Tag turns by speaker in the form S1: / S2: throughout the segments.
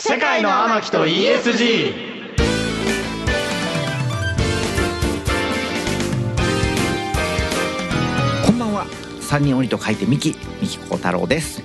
S1: 世界の天木と ESG
S2: こんばんは三人鬼と書いてミキミキココ太郎です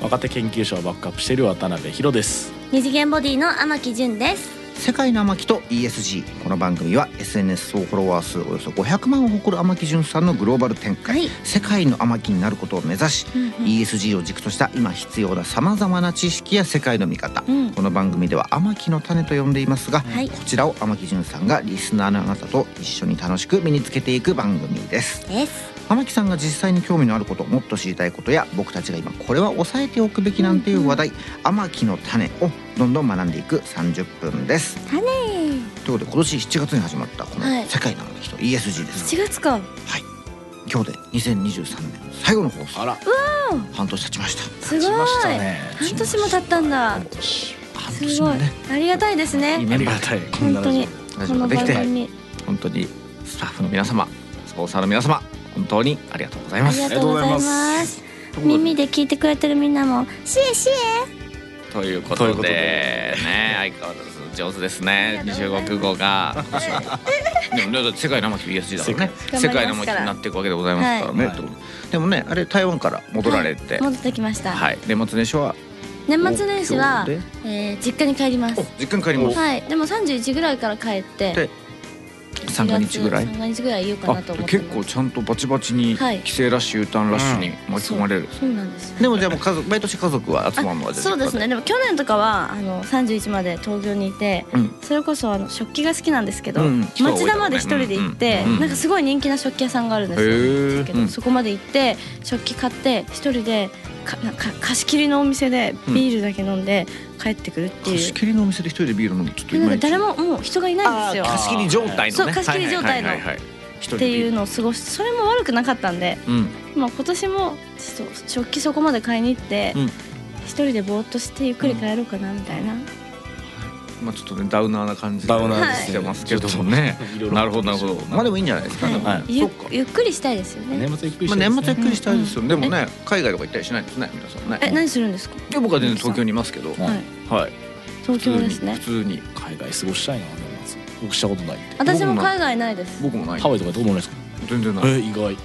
S3: 若手研究者をバックアップしている渡辺博です
S4: 二次元ボディの天木純です。
S2: 世界の天木と ESG この番組は SNS 総フォロワー数およそ500万を誇る天木潤さんのグローバル展開、
S4: はい
S2: 世界の天木になることを目指し、
S4: うんうん
S2: ESG を軸とした今必要なさまざまな知識や世界の見方、
S4: うん
S2: この番組では天木の種と呼んでいますが、
S4: はい
S2: こちらを天木潤さんがリスナーのあなたと一緒に楽しく身につけていく番組です
S4: です。
S2: 天木さんが実際に興味のあることもっと知りたいことや僕たちが今これは押さえておくべきなんていう話題「天木の種」をどんどん学んでいく30分です。と
S4: 種。
S2: いうことで今年7月に始まったこの
S4: はい
S2: 「世界の天木と ESG」です
S4: 七
S2: が、
S4: 月か。
S2: はい、今日で2023年最後の放送
S3: ら
S2: 半年経ちました。
S4: すごい。
S3: 来ました
S4: 半
S3: ね
S4: 年も経ったんだ。
S2: 半
S4: す
S2: 年
S4: ご
S2: も
S4: い
S2: ね。
S4: ありがたいです
S2: いい
S4: ね。
S3: あ
S2: メン
S3: り
S2: バ
S3: が
S2: ー
S3: たいこんな
S4: 本当
S3: ラジ
S4: に
S2: ラジオが
S3: オ
S4: この
S2: でき
S4: 番
S2: て
S4: 組
S2: 本当にスタッフの皆様スポンサーの皆様本当にありがとうござい
S4: あ
S2: ま
S4: り
S2: す
S4: が。とうございます。耳で聞いてくれてるみんなもシエシエ。
S2: ということ
S3: という
S2: で
S3: ことで
S2: ね相変わらず上手ですね
S4: ありがと
S2: 中
S4: うございます
S2: 国語がでもだって世界の巻き ESG だからね世
S4: 世
S2: 界
S4: 界
S2: の
S4: 頑張
S2: 巻き
S4: りますから
S2: になっていくわけでございますからね、
S3: はい
S2: とでもねあれ台湾から戻られて、は
S4: 戻
S2: い
S4: ってきました。
S2: 年末年始は
S4: 年末年始は
S2: 東京で
S4: えー実家に帰ります
S2: お。実家に帰ります
S4: はい。でも三十一ぐらいから帰って。
S2: で三が日ぐらい
S4: 三日ぐらい言うか
S2: あ
S4: なと思って
S2: 結
S4: ます。
S2: 構ちゃんとバチバチに
S4: はい
S2: 帰省ラッシュ U ターンラッシュに巻き込まれる、
S4: そうなんです。
S2: でもじゃあもう家族毎年家族は集まるのは
S4: あ
S2: じゃあ
S4: そうですね
S2: 実
S4: でも去年とかはあの31まで東京にいて
S2: 家うん
S4: それこそあの食器が好きなんですけど、
S2: うん
S4: 町田まで一人で行って、
S2: うんうんうん
S4: なんかすごい人気な食器屋さんがあるんですよ、
S2: へー
S4: ですけど
S2: うん
S4: そこまで行って食器買って一人でかなんか貸し切りのお店でビールだけ飲んで帰ってくるって
S2: 貸
S4: い
S2: し
S4: う、
S2: 切りのお店で一人でビール飲むちょっとい
S4: な
S2: ま
S4: んか
S2: いち
S4: 誰ももう人がいないんですよ
S2: あー貸し切り状態のね
S4: そう貸し切り状態の
S2: はいはいはいはい一人で
S4: って
S2: ビー
S4: い
S2: ル
S4: うのを過ごしそれも悪くなかったんで、
S2: うん
S4: まあ、今年もちょっと食器そこまで買いに行って、
S2: うん
S4: 一人でぼーっとしてゆっくり帰ろうかなみたいな、
S2: まあちょっとねダウナーな感じ
S3: ダウナ
S4: ーですね
S2: してますけどもね。
S3: いろいろ
S2: なるほどなるほど。まあでもいいんじゃないですか。
S4: はい
S3: はい
S4: ゆ
S2: そっか
S4: ゆっくりしたいですよね
S3: 年末ゆっくり
S2: ま
S3: し
S2: あ
S3: て
S2: 年
S3: です
S2: 末ゆっくりしたいですよね。で
S4: うん
S2: もね海外とか行ったりしないですね皆さんね。
S4: え何するんですか
S2: で僕は全然東京にいますけど。
S3: ん
S4: はい
S2: はい。
S4: 東京ですね
S2: 普通に普通に
S3: 海外過ごしたいな年末僕したことないんで
S4: 私も海外ないです
S2: 僕もない
S3: ハ。ワイとかどうもないですか
S2: 全然ない。
S3: え意外い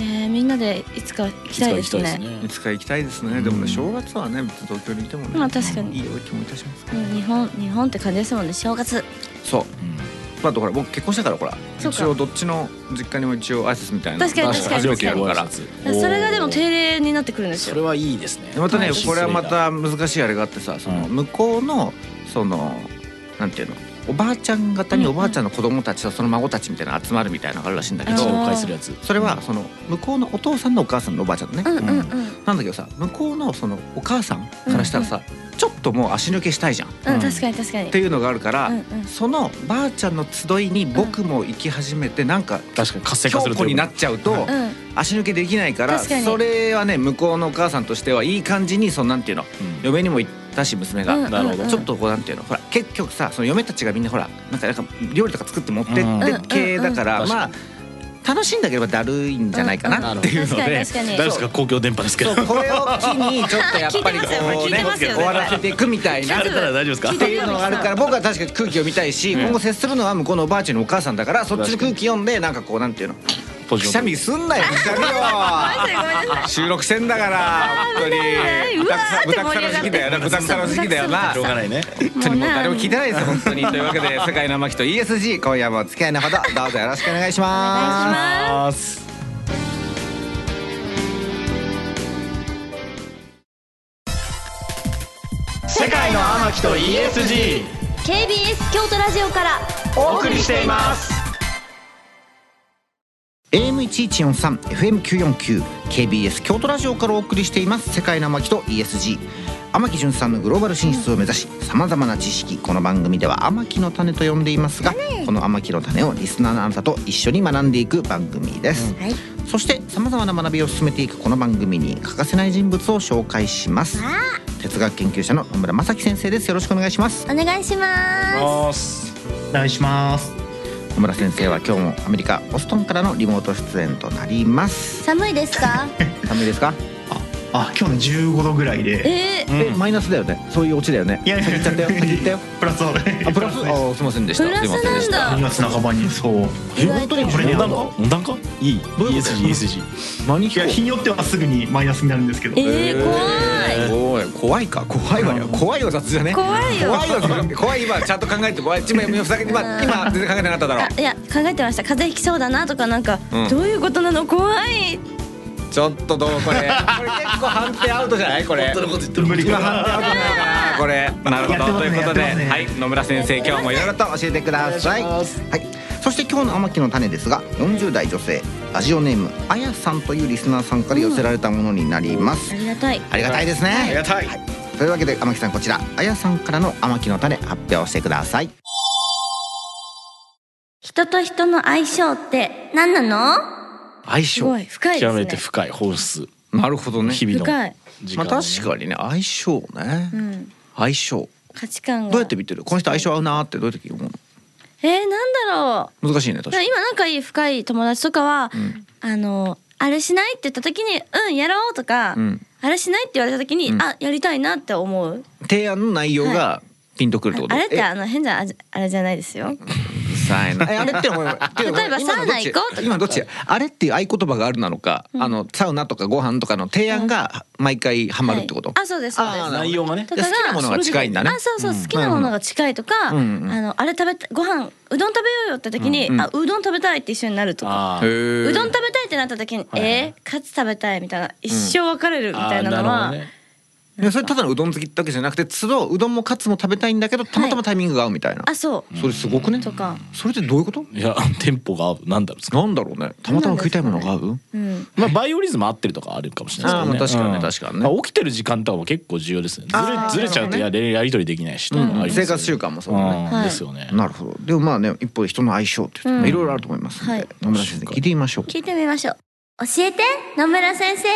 S4: えー、みんなでいつか行き
S3: つか
S4: たい
S3: 行
S4: で
S3: き
S4: す
S3: たい
S4: ね
S3: ですね
S2: いつか行きたいですね。でも
S3: う
S2: ね
S3: ん
S2: 正月はね別に東京にいてもね。
S4: まあ確かに
S2: いいお気もいたしますから
S4: うん日本日本って感じですもんね正月
S2: そう。
S3: うん
S2: まあだから僕結婚したからほら
S4: そうか
S2: 一応どっちの実家にも一応挨拶みたいな。
S4: 確かに確かに
S2: 初めてやる
S3: ご
S2: か
S3: 挨
S2: ら。
S3: 拶
S4: それがでも定例になってくるんです
S3: それ
S4: よ
S3: はいいですね
S2: でまたね
S4: 楽し
S2: これはまた難しいあれがあってさその
S3: うん
S2: 向こうのそのなんていうのおばあちゃん方
S4: う
S2: に
S4: んう
S2: お
S4: ん
S2: ばあちゃんの子供たちとその孫たちみたいなの集まるみたいなのがあるらしいんだけ
S3: 紹
S2: ど
S4: あ
S3: 介するやつ
S2: それはその向こうのお父さんのお母さんのおばあちゃんの
S4: う
S2: ね
S4: んうんうん
S2: なんだけどさ向こうのそのお母さんからしたらさちょっともう足抜けしたいじゃんっ
S4: うん確かに確かに
S2: ていうのがあるか
S4: うんう
S2: ら
S4: ん
S2: そのばあちゃんの集いに僕も行き始めてなんか
S3: 確かに活性
S2: 強
S3: 化する
S2: 固
S3: と
S2: に
S3: いう
S2: な
S3: か
S2: っちゃうと
S4: うん
S2: 足抜けできないから
S4: 確かに
S2: それはね向こうのお母さんとしてはいい感じにそのなんていうの
S3: うん
S2: 嫁にも行ったし娘が、
S4: うんなるほど
S2: ちょっとこうなんていうのほら結局さその嫁たちがみんなほらなんかなんか料理とか作って持ってって
S3: うん
S2: 系だから、
S3: うん
S2: まあ楽しんだければだるいんじゃないかなっていうの
S4: 確かに
S2: で。
S4: 確かに
S3: 大丈夫ですか公共電波ですけ
S2: そ
S3: ど
S2: うこれを機にちょっとやっぱりこう
S4: 聞いて
S2: ね
S4: ますよ
S2: 終わらせていくみたいな
S3: 聞いてたら大丈夫ですか
S2: っていうのがあるから僕は確かに空気を見たいし今後接するのは向こうのおばあちゃんのお母さんだからそっちの空気読んでなんかこうなんていうの
S3: ポ
S2: くしゃみすんなよくしゃみよ
S4: ごめんなさい
S2: 収録してんだから本 当に
S4: い
S2: 豚草
S4: うわーって
S2: 豚
S4: 盛
S2: 草の
S4: り上が
S2: 時期
S4: って
S2: だよな豚草の時期だよな
S3: しょうがないね
S2: 本当にもう誰も聞いてないですよ本当にというわけ で世界の天木と ESG 今夜もお付き合いのほどどうぞよろしくお願いし
S4: お願いし
S2: ま。
S4: ます
S3: あー
S1: 世界の天木と ESG
S4: KBS 京都ラジオから
S1: お送りしています。
S2: AM1143 FM949 KBS 京都ラジオからお送りしています世界の天木と ESG 天木純さんのグローバル進出を目指しさまざまな知識この番組では天木の種と呼んでいますがこの天木の種をリスナーのあなたと一緒に学んでいく番組です、
S4: はい
S2: そしてさまざまな学びを進めていくこの番組に欠かせない人物を紹介します哲学研究者の野村正樹先生ですよろしくお願いします
S4: お願いしま
S3: あーす
S5: お願いします
S2: 野村先生は今日もアメリカボストンからのリモート出演となります
S4: す寒いですか
S2: 寒いですか
S5: ああ今日ね15度ぐらいで
S4: えー
S2: えマイナスだよねそういうオチだよね
S5: いやいや
S2: 先行っちゃったよ先行ったよ
S5: プラスは
S2: あプラスあすいませんでした
S4: プラス
S2: すいませんでした
S4: なんだ
S5: 2月半ばにそう
S2: え本当に
S5: これね
S3: 温暖化
S5: あの
S3: 温暖化いい
S2: どういうこと
S3: ESG ESG
S2: マニ
S5: い
S2: ヒ
S5: や
S2: コ
S5: 日によってはすぐにマイナスになるんですけど、
S4: えー怖い
S2: 怖い怖いか怖いわよ怖いよ雑じゃね
S4: 怖いよ
S2: 怖いよ雑怖い今ちゃんと考えて怖い今今ふざけ今今全然考えてなかっただろ
S4: あいや考えてました風邪ひきそうだなとかなんか、
S2: うん
S4: どういうことなの怖い
S2: ちょっとどう これこれ結構判定アウトじゃないこれ
S6: 本当のこと言ってる
S5: 無理
S2: 今
S5: か
S2: 判定アウトじゃないかなこれなるほ
S5: やって
S2: どと
S5: ますね
S2: いうことで
S5: やってますね
S2: はい野村先生今日もいろいろと教えてください
S6: お
S2: は
S6: 願
S2: い
S6: いし
S2: そして今日の「天木の種」ですが40代女性ラジオネームあやさんというリスナーさんから寄せられたものになります
S4: ありがたい
S2: ありがたいですねありがたい、というわけで天木さんこちらあやさんからの「天木の種」発表してください
S4: 人と人の相性って何なの
S2: 相
S4: すごい深いで
S3: 極め
S4: す
S3: て
S4: ね
S3: 深い本質
S2: なるほどね
S3: 日々の
S4: 深い
S3: 時
S2: ま
S3: 間
S2: あ
S3: をね
S2: 確かにね相性ね、
S4: うん
S2: 相性
S4: 価値観が
S2: どうやって見てるこの人相性合うなーってどうやって思う
S4: えー、なんだろう
S2: の難しいね確
S4: だか
S2: からに
S4: 今仲いい深い友達とかは、
S2: ん
S4: あのあれしないって言った時にうんやろうとか、
S2: うん
S4: あれしないって言われた時に、
S2: うん
S4: あやりたいなって思う
S2: 提案の内容がピンとくるってこと
S4: あれって
S2: え
S4: あの変なあじあれじゃないですよ
S2: さえなえあれってお前てか
S4: 例えば
S2: 今のどっち
S4: サウナ行こうとか
S2: 今どっちあれっていう合言葉があるなのか、あのサウナとかご飯とかの提案が毎回ハマるってこと、
S4: はいあそうですそうです
S2: あーなるほど
S3: 内容がね
S4: と
S2: で
S4: か
S2: 好きなも
S4: が
S2: のが近いんだね
S4: あそうそう好きなものが近いとか、
S2: うんうん
S4: あのあれ食べたご飯うどん食べようよって時に、
S2: うん
S4: あうどん食べたいって一緒になると
S3: あ
S4: か
S2: へ
S3: ー
S2: ー
S4: うどん食べたいってなった時に、
S3: はいはい
S4: えー、カツ食べたいみたいな一生別れるみ
S3: あ
S4: たい
S3: ー
S4: な
S3: なる
S4: の
S3: ほ
S4: は、
S3: どね
S2: いやそれただのうどん好きってわけじゃなくて都度うどんもカツも食べたいんだけどたまたまタイミングが合うみたいな、
S4: あそ
S2: それすごくね
S4: うとか
S2: それってどういうこと
S3: いやテンポが合うなんだろう
S2: なんだろうねたまたま食いたいものが合う
S4: うん
S3: まあバイオリズム合ってるとかあるかもしれない
S2: あーまあ
S3: で
S2: 確
S3: すけ
S2: か
S3: ど
S2: にね
S3: ね。うん
S2: 確かにね
S3: まあ起きてる時間とかも結構重要ですね。ず
S2: あー
S3: れずれちゃうと
S2: な
S3: や
S2: る
S3: れやり取りできないしとかありますよね。
S2: 生活習慣もそうだね、
S3: うんですよね。
S2: なるほどでもまあね一方で人の相性っていうと
S4: うん
S2: いろいろあると思いますので、
S4: はい
S2: 野村先生聞いてみましょう
S4: 聞いてみましょう教えて野村先生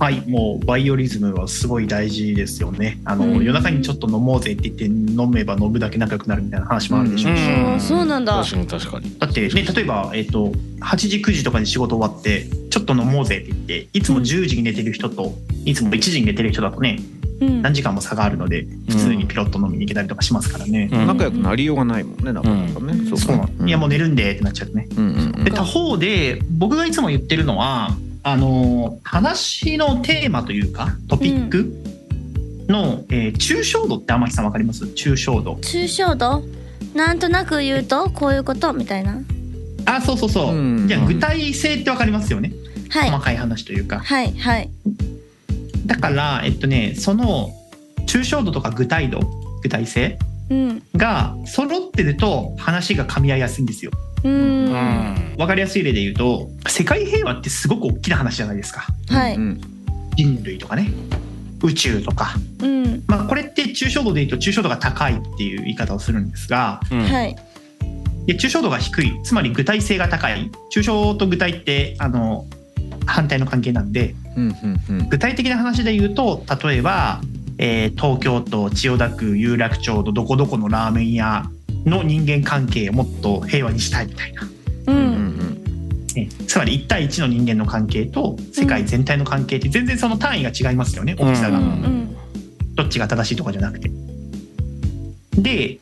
S5: はいもうバイオリズムはすごい大事ですよねあの、
S4: うん
S5: 夜中にちょっと飲もうぜって言って飲めば飲むだけ仲良くなるみたいな話もあるでしょうし、
S3: うん
S4: あそうなんだ
S3: 確かに確かに。
S5: だってね例えば、えっと8時9時とかに仕事終わってちょっと飲もうぜって言っていつも10時に寝てる人といつも1時に寝てる人だとね
S4: うん
S5: 何時間も差があるので普通にピロッと飲みに行けたりとかしますからね、
S3: うん
S2: 仲良くなりようがないもんねなかなかね、
S4: うん
S5: そうな
S2: か
S5: のいやもう寝るんでってなっちゃうとね
S2: うんうんうん
S5: で他方で僕がいつも言ってるのはあの話のテーマというかトピックの、えー抽象度って天木さん分かります抽象度
S4: 抽象度なんとなく言うとこういうことみたいな
S5: あそうそうそう、
S2: うん
S5: じゃあ具体性って分かりますよね、
S4: はい
S5: 細かい話というか
S4: はいはい
S5: だからえっとねその抽象度とか具体度具体性
S4: うん
S5: が揃ってると話が噛み合いやすいんですよ
S4: うん
S3: う
S4: は
S3: ん。
S5: 分かりやすい例で言うと世界平和ってすごく大きな話じゃないですか
S4: い
S2: うん
S5: 人類とかね宇宙とか
S4: うん
S5: まあ、これって抽象度で言うと抽象度が高いっていう言い方をするんですが
S4: はい
S5: で抽象度が低いつまり具体性が高い抽象と具体ってあの反対の関係なんで
S2: うんうんうん
S5: 具体的な話で言うと例えば、えー東京都千代田区有楽町のどこどこのラーメン屋の人間関係をもっと平和にしたいみたいな、
S4: う
S2: うん
S4: ん
S5: ねつまり1対1の人間の関係と世界全体の関係って全然その単位が違いますよね大きさ
S4: うんう
S5: が。
S4: ん
S5: どっちが正しいとかじゃなくて。で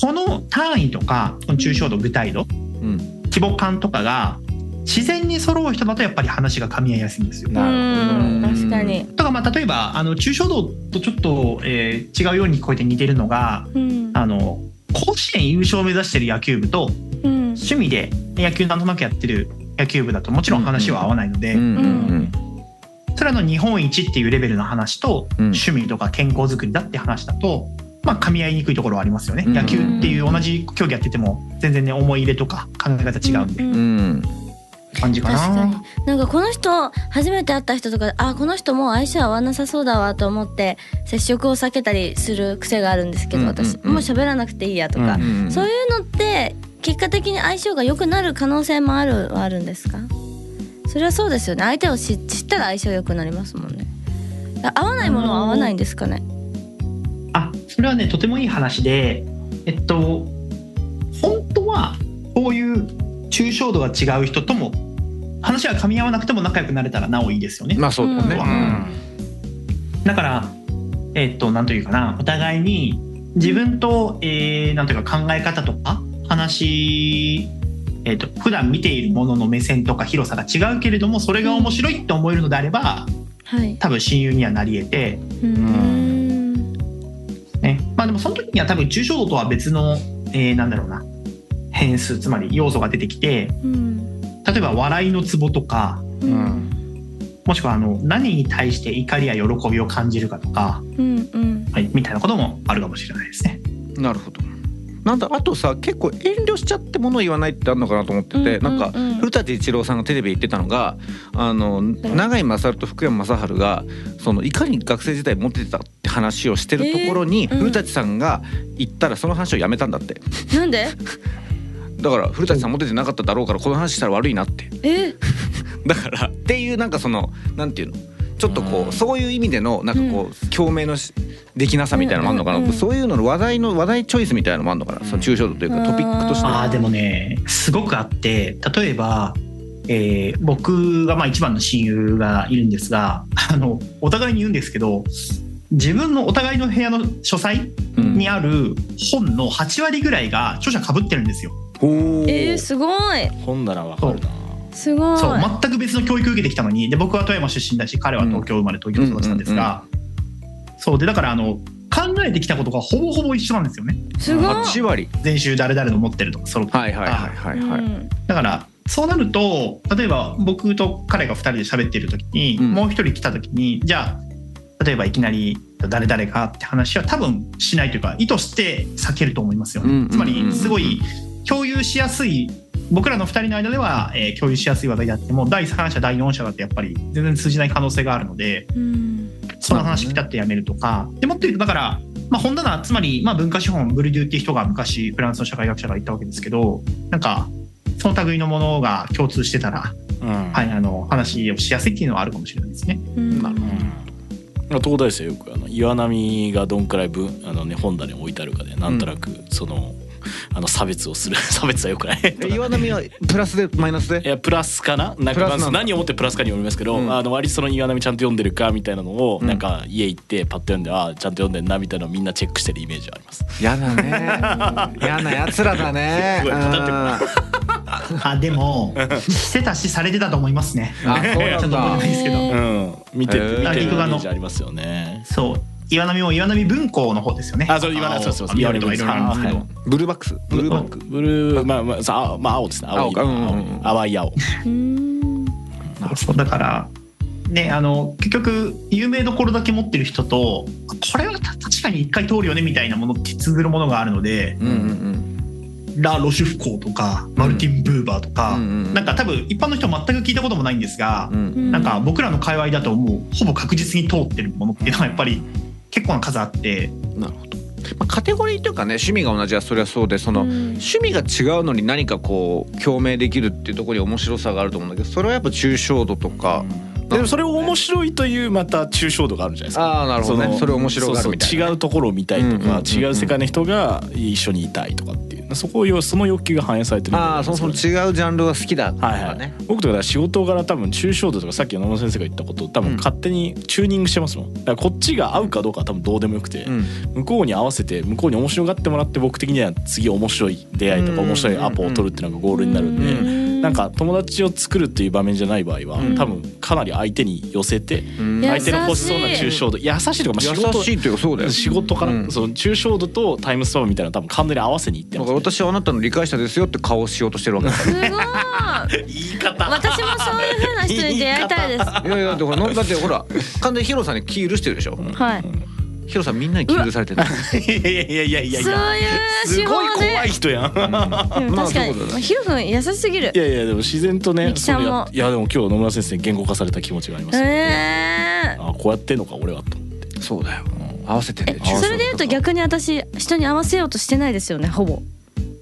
S5: この単位とかこの抽象度具体度
S2: うんうん
S5: 規模感とかが自然に揃う人だとやっぱり話が噛み合いやすいんですよ。
S4: う
S5: だ
S4: ん確かに
S5: からまあ例えばあの抽象度とちょっと、えー違うように聞こえて似てるのが
S4: うん
S5: あの甲子園優勝を目指してる野球部と
S4: うん
S5: 趣味で野球なんとなくやってる野球部だともちろん話は合わないので、
S2: うんうん
S5: それはあの日本一っていうレベルの話と、
S2: うん
S5: 趣味とか健康づくりだって話だと、まあ、噛み合いにくいところはありますよね、
S2: うん
S5: 野球っていう同じ競技やってても全然ね思い入れとか考え方違うんで、
S4: うん
S2: うん
S5: 感じか
S4: 確
S5: な
S4: かになんかこの人初めて会った人とかあこの人もう相性合わなさそうだわと思って接触を避けたりする癖があるんですけど
S2: うんうんうん
S4: 私もう喋らなくていいやとか
S3: う
S2: うん
S4: そういうのって結果的に相性が良くなる可能性もあるはあるんですかそれはそうですよね相手を知知ったら相性良くなりますもんねあ合わないものは合わないんですかね
S5: あそれはねとてもいい話でえっと本当はこういう抽象度が違う人とも話が噛み合わなくても仲良くなれたらなおいいですよね。
S2: まあそうだよね、
S4: うん
S2: うん
S5: だから、えっと、なんというかな、お互いに自分と、えーなんというか考え方とか、話、えっと、普段見ているものの目線とか広さが違うけれども、それが面白いって思えるのであれば、
S4: はい。
S5: 多分親友にはなり得て、
S4: うーん。
S5: ね。まあでもその時には多分抽象度とは別の、えーなんだろうな、変数、つまり要素が出てきて、
S4: うん。
S5: 例えば笑いのツボとか、
S4: う。
S2: うんん
S5: もしくはあの何に対して怒りや喜びを感じるかとか、
S4: うん。うん。
S5: はい、みたいなこともあるかもしれないですね。
S2: なるほどなんだあとさ結構遠慮しちゃってものを言わないってあるのかなと思ってて、なんか
S4: うん
S2: 古舘一郎さんがテレビで言ってたのがあの永井勝と福山雅治がそのいかに学生時代モテてたって話をしてるところに
S4: えーうん
S2: 古舘さんが言ったらその話をやめたんだって
S4: なんで？
S2: だから古舘さんモテてなかっただろうからこの話したら悪いなって
S4: え、
S2: だからっていうなんかそのなんていうのちょっとこ
S3: うん
S2: うそういう意味でのなんかこう共鳴のしできなさみたいなのもあるのか
S4: うんうんう
S2: なんそういうのの話題の話題チョイスみたいなのもあるのかなその抽象度というかトピックとして
S4: うん
S5: あーでもねすごくあって例えば、えー僕がまあ一番の親友がいるんですが あのお互いに言うんですけど自分のお互いの部屋の書斎
S2: うん
S5: にある本の8割ぐらいが著者かぶってるんですよ。
S2: ほう
S4: えー、すごい、
S3: 本ならわかるな。
S4: すごい。
S5: そう全く別の教育を受けてきたのにで僕は富山出身だし彼は東京生まれ東京育ちなんですが、そうでだからあの考えてきたことがほぼほぼ一緒なんですよね
S4: すごい。
S2: 八割
S5: 前週誰々の持ってるとかその
S2: はいはいはいはいはい。
S4: うん
S5: だからそうなると例えば僕と彼が2人で喋っている時に、
S2: うん
S5: もう1人来た時にじゃあ例えばいきなり誰々がって話は多分しないというか意図して避けると思いますよね、
S2: うんうんうんうん
S5: つまりすごい共有しやすい僕らの2人の間では、えー共有しやすい話題であっても第三者第四者だってやっぱり全然通じない可能性があるので
S4: うん
S5: その話ピタッとやめるとか、でもっと言うとだから、まあ、本棚つまり、まあ、文化資本ブルデューっていう人が昔フランスの社会学者が言ったわけですけどなんかその類のものが共通してたら、
S3: うん
S5: はい、あの話をしやすいっていうのはあるかもしれないです ね。
S4: うん
S2: なるほ
S3: まあ東大生よくあの岩波がどんくらい分あの、ね、本棚に置いてあるかでなんとなくその,、あの差別をする 差別はよくない
S2: え岩波はプラスでマイナス
S3: い
S2: で
S3: やプラスかななん
S2: プ
S3: か
S2: ラス
S3: ま
S2: なんだ
S3: あ何をもってプラスかによりますけど、
S2: うん
S3: あの割とその岩波ちゃんと読んでるかみたいなのを、
S2: うん
S3: なんか家行ってパッと読んでああちゃんと読んでんなみたいなのをみんなチェックしてるイメージはあります。
S2: 嫌だね 嫌な奴らだね
S3: すごい語ってる
S2: あ
S5: あでも してたしされてたと思いますね。
S2: あそう
S5: ちょっ
S2: なん
S5: と僕な
S2: だ
S5: いですけど
S3: うん、見て
S2: へー
S3: る見てるイメ
S5: あ陸側
S3: ー
S5: の
S3: ジありますよね。
S5: そう岩波も岩波文庫の方ですよね。
S3: あそう岩波
S5: 青
S3: そうそうそう
S5: 青緑とかいろいろあるんですけど、
S3: はい
S2: ブルーバックスブルーバック
S3: ブルーまあまあさあまあ青ですね青い
S2: 青かうんうんうん
S3: 淡い青。
S4: うん
S5: そうそうだからねあの結局有名どころだけ持ってる人とこれはた確かに一回通るよねみたいなものって通ずるものがあるので
S2: うんうんうん
S5: ラ・ロシュフコーとかマルティン・ブーバーとか、
S2: うんうんうん
S5: なんか多分一般の人は全く聞いたこともないんですが
S2: う、ん
S5: なんか僕らの界隈だともうほぼ確実に通ってるものっていうのはやっぱり結構な数あって
S2: なるほどまあカテゴリーというかね趣味が同じはそれはそうでその
S4: うん
S2: 趣味が違うのに何かこう共鳴できるっていうところに面白さがあると思うんだけどそれはやっぱ抽象度とか
S3: でもそれを面白いというまた抽象度があるじゃないですか。
S2: ああなるほどね
S3: の
S2: それ面白がある
S3: そう
S2: みたい
S3: そう
S2: な
S3: 違うところを見たいと
S2: うんうんうん
S3: か
S2: うん
S3: 違う世界の人が一緒にいたいとかっていうそこを要その欲求が反映されてるんじゃ
S2: あ
S3: な
S2: あ
S3: い
S2: そも
S3: です
S2: そも
S3: かね
S2: 違うジャンルが好きだと
S3: はい
S2: か
S3: はい
S2: ね、
S3: 僕とかだから仕事柄多分抽象度とかさっきの野村先生が言ったこと多
S2: うん
S3: 分勝手にチューニングしてますもんだからこっちが合うかどうかは多分どうでもよくて、
S2: うん
S3: 向こうに合わせて向こうに面白がってもらって僕的には次面白い出会いとか面白いアポを取るっていうのがゴールになるんで、
S2: う
S3: なんか友達を作るっていう場面じゃない場合は、
S2: うん
S3: 多分かなり相手に寄せて、
S2: うん
S4: 優しい
S3: 相手の欲しそうな抽象度優しいとか、まあ、仕事
S2: 優しいというかそうだよ
S3: 仕事から、
S2: うん
S3: その抽象度とタイムスパンみたいなの多分完全に合わせにいって
S2: だ
S3: ま
S2: か
S3: す、
S2: ら
S3: ね、
S2: 私はあなたの理解者ですよって顔をしようとしてるわけだか
S4: すごい。
S3: 言い方
S4: 私もそういう風な人に出会いたいです。
S2: ら いやいやだってほらだってほら完全にヒロさんに気許してるでしょ
S4: はい。
S2: ヒロさんみんなに気許されて る
S3: いやいやいやいやい
S4: そう
S3: や
S4: いう
S3: す
S4: 手
S3: ごい
S4: 法で。
S3: 怖い人やんい
S4: でも
S2: まあ
S4: 確かに
S2: そういうことだね
S4: まあヒロ君優しすぎる。
S3: やいやでも自然とね
S4: ミキさんも
S3: それやいやでも今日野村先生に言語化された気持ちがあります、
S4: えー
S3: あこうやってんのか俺はと思って
S2: そうだよ合わせてんだよ
S3: え
S2: 中
S4: それで言うと逆に私人に合わせようとしてないですよねほぼ。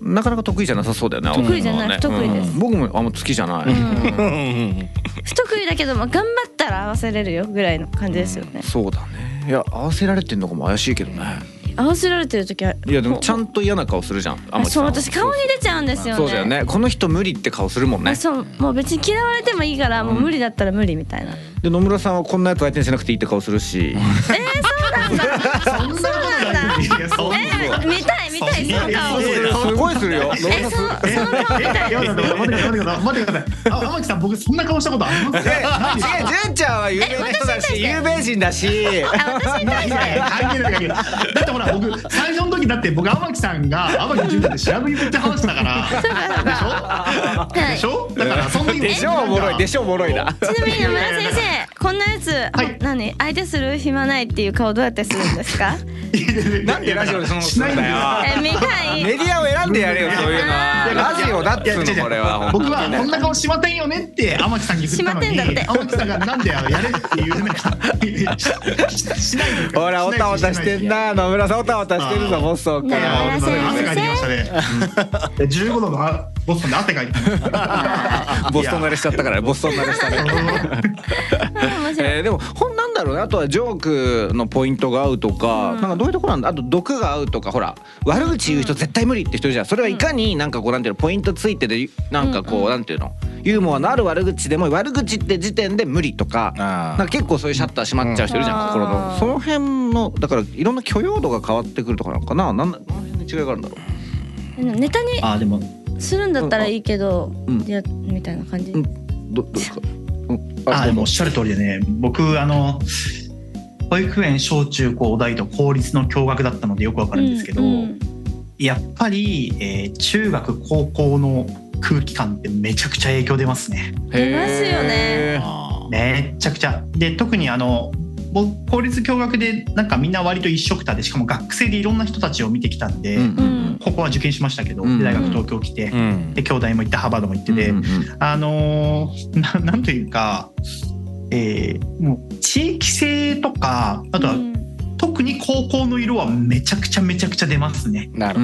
S2: なかなか得意じゃなさそうだよね
S4: 得意じゃない
S2: 合わせ
S4: 不
S2: るのはね
S4: 得意です
S2: うん僕もあんま好きじゃない、
S4: うん
S3: うんうんうん
S4: 不得意だけども頑張ったら合わせれるよぐらいの感じですよね。
S2: そうだねいや合わせられてんのかも怪しいけどね
S4: 合わせられてる時はい
S2: やでもちゃ
S4: と
S2: んと嫌な顔するじゃん天
S4: あ
S2: 木さ
S4: そ
S2: ん
S4: う
S2: は
S4: 私顔に出ちゃうんですよね
S2: そうだよねこの人無理って顔するもんね
S4: あそうもう別に嫌われてもいいからもう無理だったら無理みたいな、
S2: で野村さんはこんなやつ相手にしなくていいって顔するし
S4: そうなんだ
S5: いやそんな
S4: え見たい見たいその顔
S5: ええ
S2: すごいするよ野
S4: え
S2: 村
S4: そ
S2: さん
S4: その顔見たい
S5: や待ってください待ってください待ってくださいあ天木さん僕そんな顔したことあります
S2: 違う純ちゃんは有名な人だし
S4: え
S2: 有名人だし
S4: あ私に対
S5: い
S4: して
S5: やいや関係ない関係ないだってほら僕最初の時だって僕天木さんが天木純太って調べに行って話したから
S4: は
S5: で
S4: い
S5: しょだからその時
S2: でしょおもろいで
S5: し
S2: しょおもろいな
S4: ちなみに野村先生こんなやつ、
S5: い
S4: 何相手する暇ないっていう顔どうやってするんで すか
S5: ょ
S2: なんでラジオでその
S5: しないんだよ
S4: え見た
S2: メデ
S4: い
S2: ィアを選んでや れよそういうの
S5: いや
S2: はラジオだっ
S5: いや
S2: つう
S5: 違う違
S2: の
S5: う
S2: これは
S5: 僕はこんな顔しませんよねって天木さんに振ったのに
S4: しませんだって
S5: 天木さんがなんでやれって言うなんかしししないのか
S2: ほらおたおたしてんな野村さんおたおたしてるぞ
S5: あー
S2: 放送
S5: い
S2: から
S5: や
S4: 野村
S5: 汗
S4: 先生
S5: かいてきましたね15度のあボストンで汗かいてきました
S2: ボストン慣れしちゃったからボストン慣れしたね
S4: 面白い
S2: えーでもほんなんだろうねあとはジョークのポイントが合うとか、なんかどういうとこなんだあと毒が合うとかほら悪口言う人絶対無理って人いるじゃんそれはいかになんかこうなんていうのポイントついてでなんかこうなんていうのユーモアのある悪口でも悪口って時点で無理とか
S3: あー
S2: なんか結構そういうシャッター閉まっちゃう人いるじゃん、
S4: うん
S2: 心
S4: あ
S2: の
S4: ー
S2: その辺のだからいろんな許容度が変わってくるとかなのかななんだどの辺に違いがあるんだろ
S4: ネタに
S5: あでも
S4: するんだったらいいけど、
S2: うん
S4: いやみたいな感じ、
S2: うんうどどうですか、うん、
S5: あでもおっ
S2: そ
S5: しゃる通りでね僕あの保育園小中高大と公立の共学だったのでよくわかるんですけど、
S4: うん
S5: やっぱり、えー中学高校の空気感ってめちゃくちゃ影響出ますね。
S2: う
S4: 出ますよね
S3: あ
S5: めっちゃくちゃ。で特にあの僕公立共学でなんかみんな割と一緒くたでしかも学生でいろんな人たちを見てきたんで、
S4: うん
S5: 高校は受験しましたけど、
S2: うん
S5: で大学東京来て、
S3: ーうん
S5: で兄弟も行ってハーバードも行ってで、あのーななんというか、えーもう地域性とかあとは
S4: うん
S5: 特に高校の色はめちゃくちゃめちゃくちゃ出ますね。
S3: なる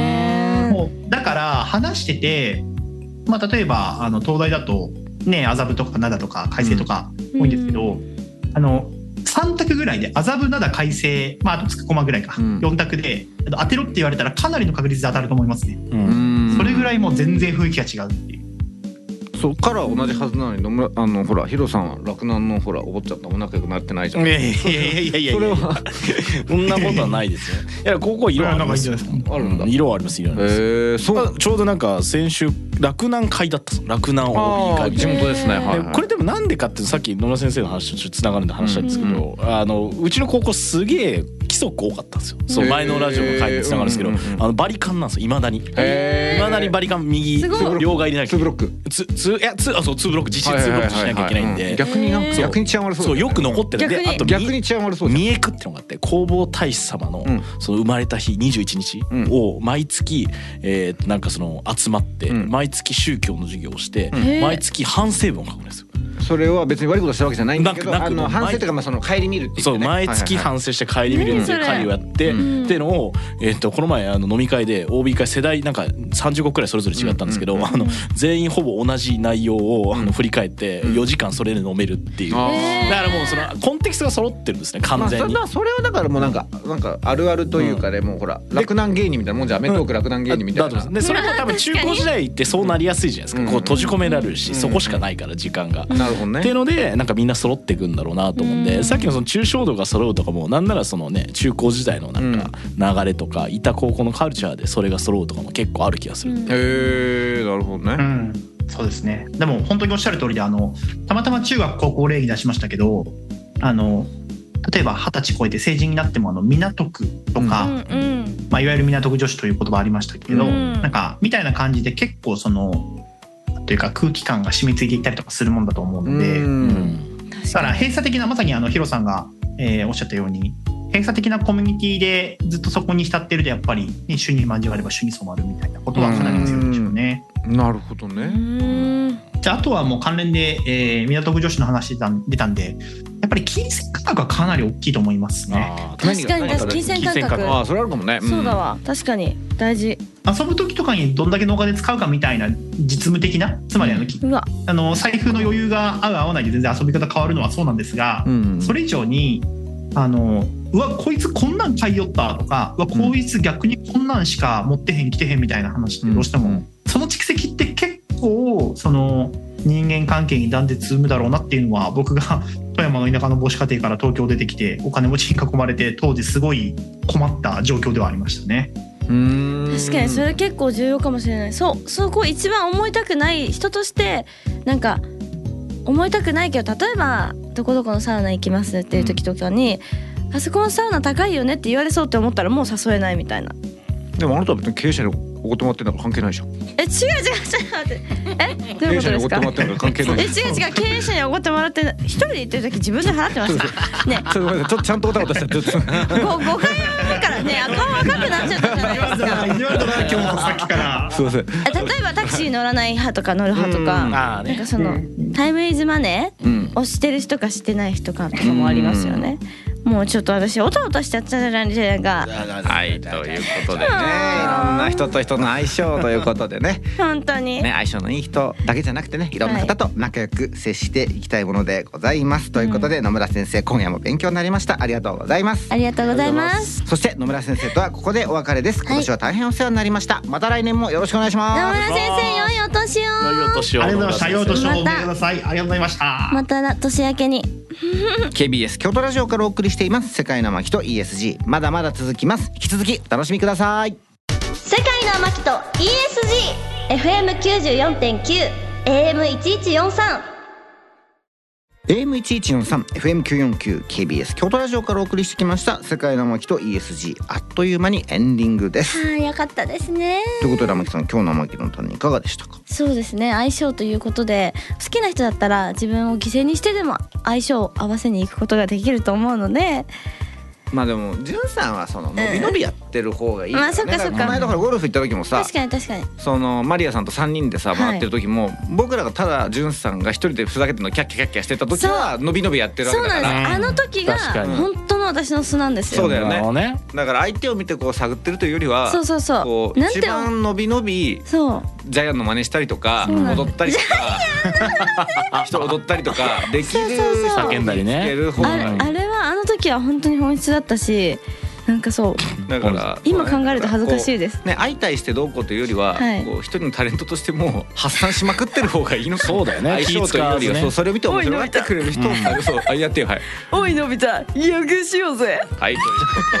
S4: へ
S5: もうだから話してて、まあ、例えばあの東大だとね麻布とか灘とか海星とか
S4: うん
S5: 多いんですけど、あの3択ぐらいで麻布灘海星、まあ、あとつくこまぐらいか、
S2: うん
S5: 4択であと当てろって言われたらかなりの確率で当たると思いますね。それぐらいもう全然雰囲気が違うっていう。
S2: そうカラー同じはずなのに野村あのほらヒロさんは洛南のほらお坊ちゃんとも仲良くなってないじゃん。
S3: いやいやいやいやいや
S2: それは
S3: そんなことはないですよいや高校色ありますよ
S5: いやなんか
S2: あ
S5: いいん
S2: るんだ
S3: う色はあります色はあります、
S2: えー、そう
S3: あちょうどなんか先週洛南会だったぞ洛南 OB
S2: あ
S3: 会
S2: ー
S3: みた
S2: 地
S3: いな
S2: 元ですね。はい
S3: で
S2: はい、
S3: これでもなんでかってさっき野村先生の話とちょっとつながるんで話したんですけど、あのうちの高校すげえ規則多かったんですよそう
S2: へー
S3: 前のラジオの回につながるんですけど、
S2: うんうんうん
S3: あのバリカンなんですよいまだにい
S2: へー
S3: まだにバリカン右
S4: すごい
S3: 両替入れなきゃ
S2: ツー
S3: いけ
S2: ブ
S3: な
S2: ロ
S3: い
S2: ック。
S3: つついやつあそうツーブロック実質ツーブロックしなきゃいけないん
S2: ははははう
S3: で
S2: 逆になん
S4: へ
S2: か
S4: ー
S2: 逆に治安悪そう
S3: そう
S2: だね
S3: よく残ってる
S4: 逆
S3: で
S4: に
S3: あと
S2: 逆に治安悪そうだね
S3: 三重区ってのがあって弘法大師様の,、
S2: うん
S3: その生まれた日21日
S2: うん
S3: を毎月、えーなんかその集まって、
S2: うん
S3: 毎月宗教の授業をして、
S4: ん
S3: 毎月反省文を書くんですよ。
S2: それは別に悪いことしたわけじゃないんだけど
S3: なくなく
S2: あの反省というかまあその帰り見るっていう、ね、
S3: そう毎月
S2: はいはいはい
S3: 反省して帰り見るっていう会をやって、
S4: 何それ
S3: っていうのを、えっとこの前あの飲み会で OB 会世代なんか35くらいそれぞれ違ったんですけど、あの全員ほぼ同じ内容をあの振り返って4時間それで飲めるっていう、
S2: あー
S4: えー
S3: だからもうそのコンテキストが揃ってるんですね
S2: ま
S3: 完
S2: あ、そ
S3: 全
S2: れ
S3: に。
S2: まあそれはだからもうなんかなんかあるあるというかね、もうほら洛南芸人みたいなもんじゃんアメトーク洛南芸人みたい
S3: だと
S2: な
S3: 思うん。ですでそれも多分中高時代ってそうなりやすいじゃないですか、
S2: うん
S3: こう閉じ込められるし、
S2: うん
S3: そこしかないから時間が。
S2: なるほどね
S3: っていうのでなんかみんな揃っていくんだろうなと思うんで、
S4: うん
S3: さっきのその抽象度が揃うとかもなんならそのね中高時代のなんか流れとか、いた高校のカルチャーでそれが揃うとかも結構ある気がするんで、
S2: へえなるほどね。
S5: うん、そうですね。でも本当におっしゃる通りで、あのたまたま中学高校礼儀出しましたけど、あの例えば二十歳超えて成人になってもあの港区とか、
S4: うんうん
S5: まあいわゆる港区女子という言葉ありましたけど、
S4: うん
S5: なんかみたいな感じで結構そのというか空気感が染み付いていったりとかするもんだと思うので、
S3: うん
S2: ん
S5: だから閉鎖的なまさにあのヒロさんが、えーおっしゃったように。閉鎖的なコミュニティでずっとそこに浸ってるとやっぱり、ね、主に交われば主に染まるみたいなことはかなり強いでしょうね。
S2: なるほど
S4: う
S2: ね。
S4: ん
S5: じゃああとはもう関連で、えー港区女子の話出たん出たんでやっぱり金銭価格はかなり大きいと思いますね。
S3: あー
S4: 確か
S2: 何が
S4: に確かに金銭感覚
S2: ああそれあるかもね。ん
S4: そうだ。わ確かに大事
S5: 遊ぶ時とかにどんだけのお金使うかみたいな実務的なつまりあの,き、
S4: うわ
S5: あの財布の余裕が合う合わないで全然遊び方変わるのはそうなんですが、
S2: うん。
S5: それ以上にあのうわこいつこんなん買いよったとかうわこいつ逆にこんなんしか持ってへん来てへんみたいな話ってどうしても、その蓄積って結構その人間関係に断絶積むだろうなっていうのは僕が富山の田舎の母子家庭から東京出てきてお金持ちに囲まれて当時すごい困った状況ではありましたね。
S2: うん
S4: 確かにそれ結構重要かもしれないそうそこ一番思いたくない人としてなんか思いたくないけど例えば「どこどこのサウナ行きます」っていう時とかに「あそこのサウナ高いよね」って言われそうって思ったらもう誘えないみたいな
S2: でもあなたは別に経営者におごってもらってんだから関係ないじゃん
S4: え違う違
S2: 経営者におごってもらってんだから
S4: う違う待ってえどういうことですか
S2: 関係な
S4: え
S2: い
S4: 違う違う経営者におごってもらって一人で行ってる時自分で払ってましたね
S2: ちょっと ごめんなさいちょっとちゃんとおたおたしたちょっと
S4: ご誤解あるからね頭赤くなっちゃったじゃないですか
S5: 意地悪だ な今日もさっきから
S2: すいません
S4: え例えばタクシー乗らない派とか乗る派と
S2: うん
S4: か
S3: ああ
S4: なん
S3: ね
S4: かそのタイムイズマネー
S2: うん
S4: をしてる人かしてない人かとかもありますよね。もうちょっと私おたおたしちゃったじゃないですか。
S2: はいということでねいろん
S4: あー
S2: な人と人の相性ということで ね
S4: 本当に。
S2: ね、相性のいい人だけじゃなくてねいろんな方と仲良く接していきたいものでございます、ということで野村先生今夜も勉強になりましたありがとうございます
S4: ありがとうございます。
S2: そして野村先生とはここでお別れです今年は大変お世話になりました、また来年もよろしくお願いし
S4: 野
S2: ま
S4: 村先生良いお年
S3: 良いお
S4: を。
S3: 年を
S5: ありがとうございました。良いお年をお迎えください。ありがとうございました。
S4: またな年明けに。
S2: す KBS 京都ラジオからお送りしています世界の巻と ESG まだまだ続きます引き続きお楽しみください
S6: 世界のマキと ESG FM 九十四点九 AM 一一四三
S2: AM1143 FM949 KBS 京都ラジオからお送りしてきました世界の巻と ESG あっという間にエンディングです
S4: ああよかったですね。
S2: ということで天木さん今日の天木の種いかがでしたか
S4: そうですね相性ということで好きな人だったら自分を犠牲にしてでも相性を合わせに行くことができると思うので
S2: まあでもじゅんさんはその伸び伸びやってる方がいい
S4: うん
S2: ら
S4: まあそっかそっ
S2: だ
S4: か
S2: らこの間ほらゴルフ行った時もさ
S4: 確かに確かに
S2: そのマリアさんと三人でさ
S4: はい
S2: 回ってる時も、僕らがただじゅんさんが一人でふざけてるのキャッキャキャッキャしてた時は伸び伸びやってるわ
S4: そ
S2: け
S4: う
S2: だ
S4: な
S2: か
S4: んで
S2: ら
S4: すあの時が
S3: 確かに
S4: 本当の私の素なんですよ
S2: そうだよね
S3: なるほどね
S2: だから相手を見てこう探ってるというよりは
S4: そうそうそう
S2: こう
S4: なんて
S2: 一番伸び伸び
S4: そう
S2: ジャイアンの真似したりとか
S4: そうなんだ
S2: 踊ったりと か人踊ったりとかできる
S4: そうそうそう
S3: 叫んだりね
S2: やる方
S4: あ
S2: がいい
S4: れあれはあの時は本当に本質だったしなんかそう
S2: だから
S4: 今考えると恥ずかしいです
S2: こうね相対してどうこうというよりは、
S4: はい
S2: こう一人のタレントとしてもう発散しまくってる方がいいのかも
S3: そうだよね
S2: 相性というよりは
S3: 気使わずね
S2: そうそれを見て面白がってくれる人を探そうあやってよはい
S4: 「おいのび太予約しようぜ
S2: はいということで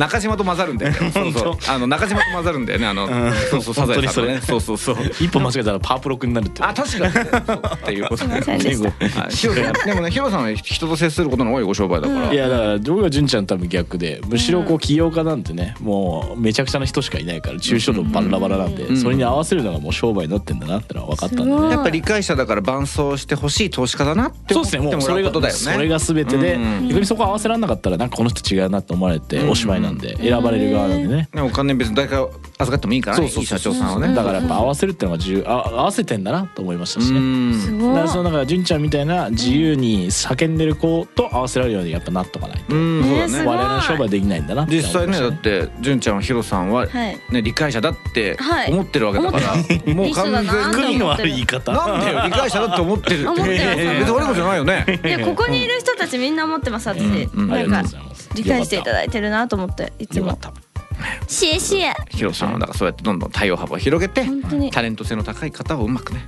S2: 中島と混ざるんだよねそうそう
S3: 本
S2: あの中島と混ざるんだよねあの、
S3: ん
S2: そうそうサザエさんのね
S3: 本
S2: そうそうそう
S3: 一歩間違えたらパープロックになるって
S2: あ確かにそうっていうこと
S4: すいませんでした
S2: はいヒロさんでもねヒロさんは人と接することの多いご商売だから、
S3: いやだから僕は純ちゃん多分逆でむしろこう起業家なんてねもうめちゃくちゃな人しかいないから抽象度バラバラなんで
S2: ん
S3: それに合わせるのがもう商売になってんだなってのは分かったんです
S4: ごい
S3: ね。
S2: やっぱ理解者だから伴走してほしい投資家だなって
S3: そ
S2: 思
S3: う
S2: っ
S3: です
S2: ても
S3: ねも
S2: ら
S3: うそれ
S2: う
S3: が
S2: ことだよね
S3: それが全てで
S2: うん
S3: 逆にそこ合わせられなかったらなんかこの人違うなって思われておしまいなんで選ばれる側なんでね。
S2: ねお金別に誰か預かってもいいからねいい社長さんはね
S3: だからやっぱ合わせるってのは重要あ合わせてんだなと思いましたしね。
S4: す
S2: ん
S4: ご
S3: だか
S4: い
S3: らそのだから純ちゃんみたいな自由に叫んでる子と合わせられるようにやっぱなっとかないと
S2: うんそうだ
S4: ね
S2: ね
S4: すごい
S3: 我々の商売できないんだなって
S2: 実
S3: 思
S2: 際
S3: いま
S2: ね
S3: し
S2: だ
S3: た
S2: って純ちゃんはヒロさんは、
S4: はい
S2: ね、理解者だって
S4: はい
S2: 思ってるわけだから、
S4: 思
S2: もう
S4: いい人だ
S2: 完
S4: な
S2: 全に
S4: だ
S3: 国の悪い言い方
S2: なんでよ理解者だって思ってるって
S4: 思ってます
S2: 別に悪いことじゃないよ ね
S4: いやここにいる人たちみんな思ってます私
S2: うんうん
S3: あ
S4: な
S3: り
S4: ん
S3: が
S4: か
S3: とうございます
S4: 理解していただいてるなと思っていつ
S3: よか
S4: も
S3: ったよかっ
S4: シエシエ
S2: ヒロさんはだからそうやってどんどん対応幅を広げて
S4: 本当に
S2: タレント性の高い方をうまくね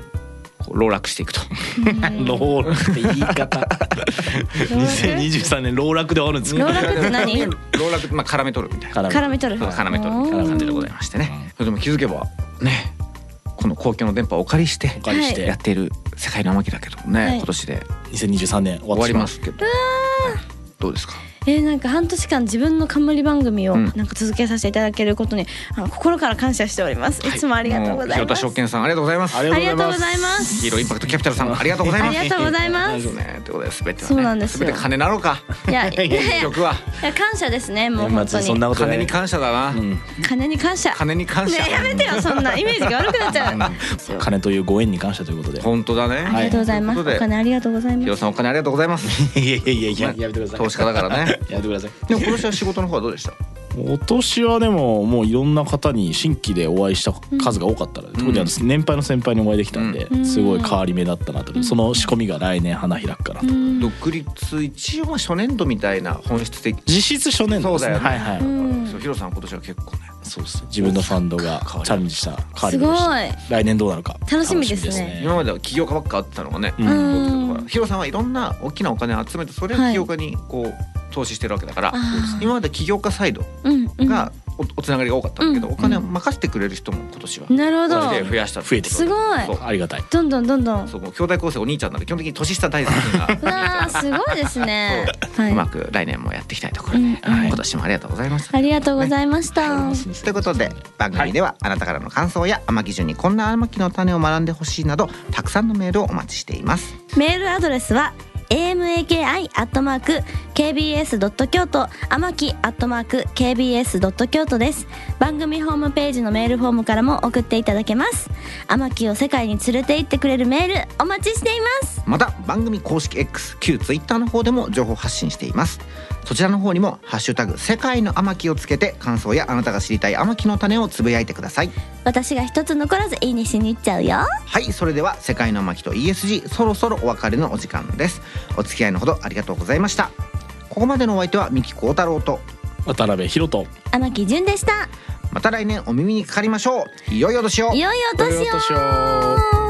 S2: こう籠絡していくと
S3: た老落って言い方2023年老落で終わるんですけ
S4: 老
S3: ど
S4: 若って何
S2: 籠絡ってまあ絡め取るみたいな
S4: 絡めとる
S2: 絡め取るみたいな感じでございましてねそれでも気づけばねこの公共の電波をお借りして
S3: お借りして
S2: やっている世界の天気だけどもね、
S4: はい
S2: 今年で
S3: 2023年終
S2: 終
S3: わ
S2: わ
S3: って
S2: り
S3: しま
S2: ま
S3: う
S2: すけど。どうですか。
S4: えー、なんか半年間自分の冠番組を
S2: うん
S4: なんか続けさせていただけることに、あの心から感謝しておりますいつもありがとうござい
S2: 広田
S4: ます、
S2: 証券さんありがとうございます。
S3: あり
S4: ありがとうございます
S2: ヒーローインパクトキャピタルさんありがとうござい
S4: あ
S2: ます。
S4: りがとうございま
S2: 大
S4: す
S2: 丈夫ね。ということで全てはね。
S4: そうなんですよ
S2: 全て金なのか。
S4: いやいやいや
S2: 結
S4: い
S2: 局は
S4: や感謝ですねもう本
S3: 年
S4: 当
S3: 末そん
S4: に
S3: なことな
S2: 金
S3: い
S2: に感謝だな。
S3: うん
S4: 金に感謝
S2: 金に感謝。
S4: ねやめてよそんなイメージが悪くなっちゃう
S3: 金というご縁に感謝ということで
S2: 本当だね。
S4: ありがとうございます、
S2: というこ
S4: お
S2: とで
S4: 金ありがとうござい
S2: ヒ
S4: ま
S2: ロ
S4: す
S2: さんお金ありがとうございます。
S3: いやいやいやいや
S2: ね
S3: やめてください
S2: 投資家だからね。
S3: やめてください
S2: でも今年は仕事の方はどうでした。
S3: 今年はでももういろんな方に新規でお会いした数が多かったので、特にあの年配の先輩にお会いできたんで、
S4: ん
S3: すごい変わり目だったなと、その仕込みが来年花開くかなと、
S4: うん
S2: 独立一応まあ初年度みたいな本質的
S3: 実質初年度ですね
S2: そうだよ
S3: は
S2: ね
S3: いはい、
S4: うん
S2: そうヒロさん今年は結構ね
S3: そうです自分のファンドがチャレンジした変わり目
S4: すご
S3: で
S4: い
S3: した来年どうなるか
S4: 楽しみですね
S2: 今までは起業家ばっかあったのがね、
S3: うん
S4: うん
S2: ヒロさんはいろんな大きなお金を集めてそれを起業家にこう投資してるわけだから、
S4: あー
S2: 今まで起業家サイド
S4: うんうん
S2: がおおつながりが多かったんだけど、
S4: うん
S2: お金を任せてくれる人も今年は、
S4: なるほど
S2: それで増やした
S3: 増えて
S4: すごい
S2: そう
S3: ありがたい
S4: どんどんどんどん
S2: そうもう兄弟構成お兄ちゃんなんで基本的に年下大好きな
S4: うわあすごいですね は
S2: うま
S4: い
S2: く来年もやっていきたいところで、
S4: うん
S2: はい今年もありがとうございました。
S4: ありがとうございました
S2: ということで番組ではあなたからの感想や天城順にこんな天城の種を学んでほしいなどたくさんのメールをお待ちしています
S6: メールアドレスは amaki アットマーク kbs ドット京都天木アットマーク kbs ドット京都です。番組ホームページのメールフォームからも送っていただけます。天木を世界に連れて行ってくれるメールお待ちしています。
S2: また番組公式 X 旧 Twitter の方でも情報発信していますそちらの方にも「ハッシュタグ世界の天城」をつけて感想やあなたが知りたい天城の種をつぶやいてください
S6: 私が一つ残らずいいにしに行っちゃうよ。
S2: はいそれでは「世界の天城と ESG」そろそろお別れのお時間ですお付き合いのほどありがとうございましたここまでのお相手は三木幸太郎と
S3: 渡辺博人
S6: 天木純でした。
S2: また来年お耳にかかりましょういよいよ年を
S6: いよいよお年を。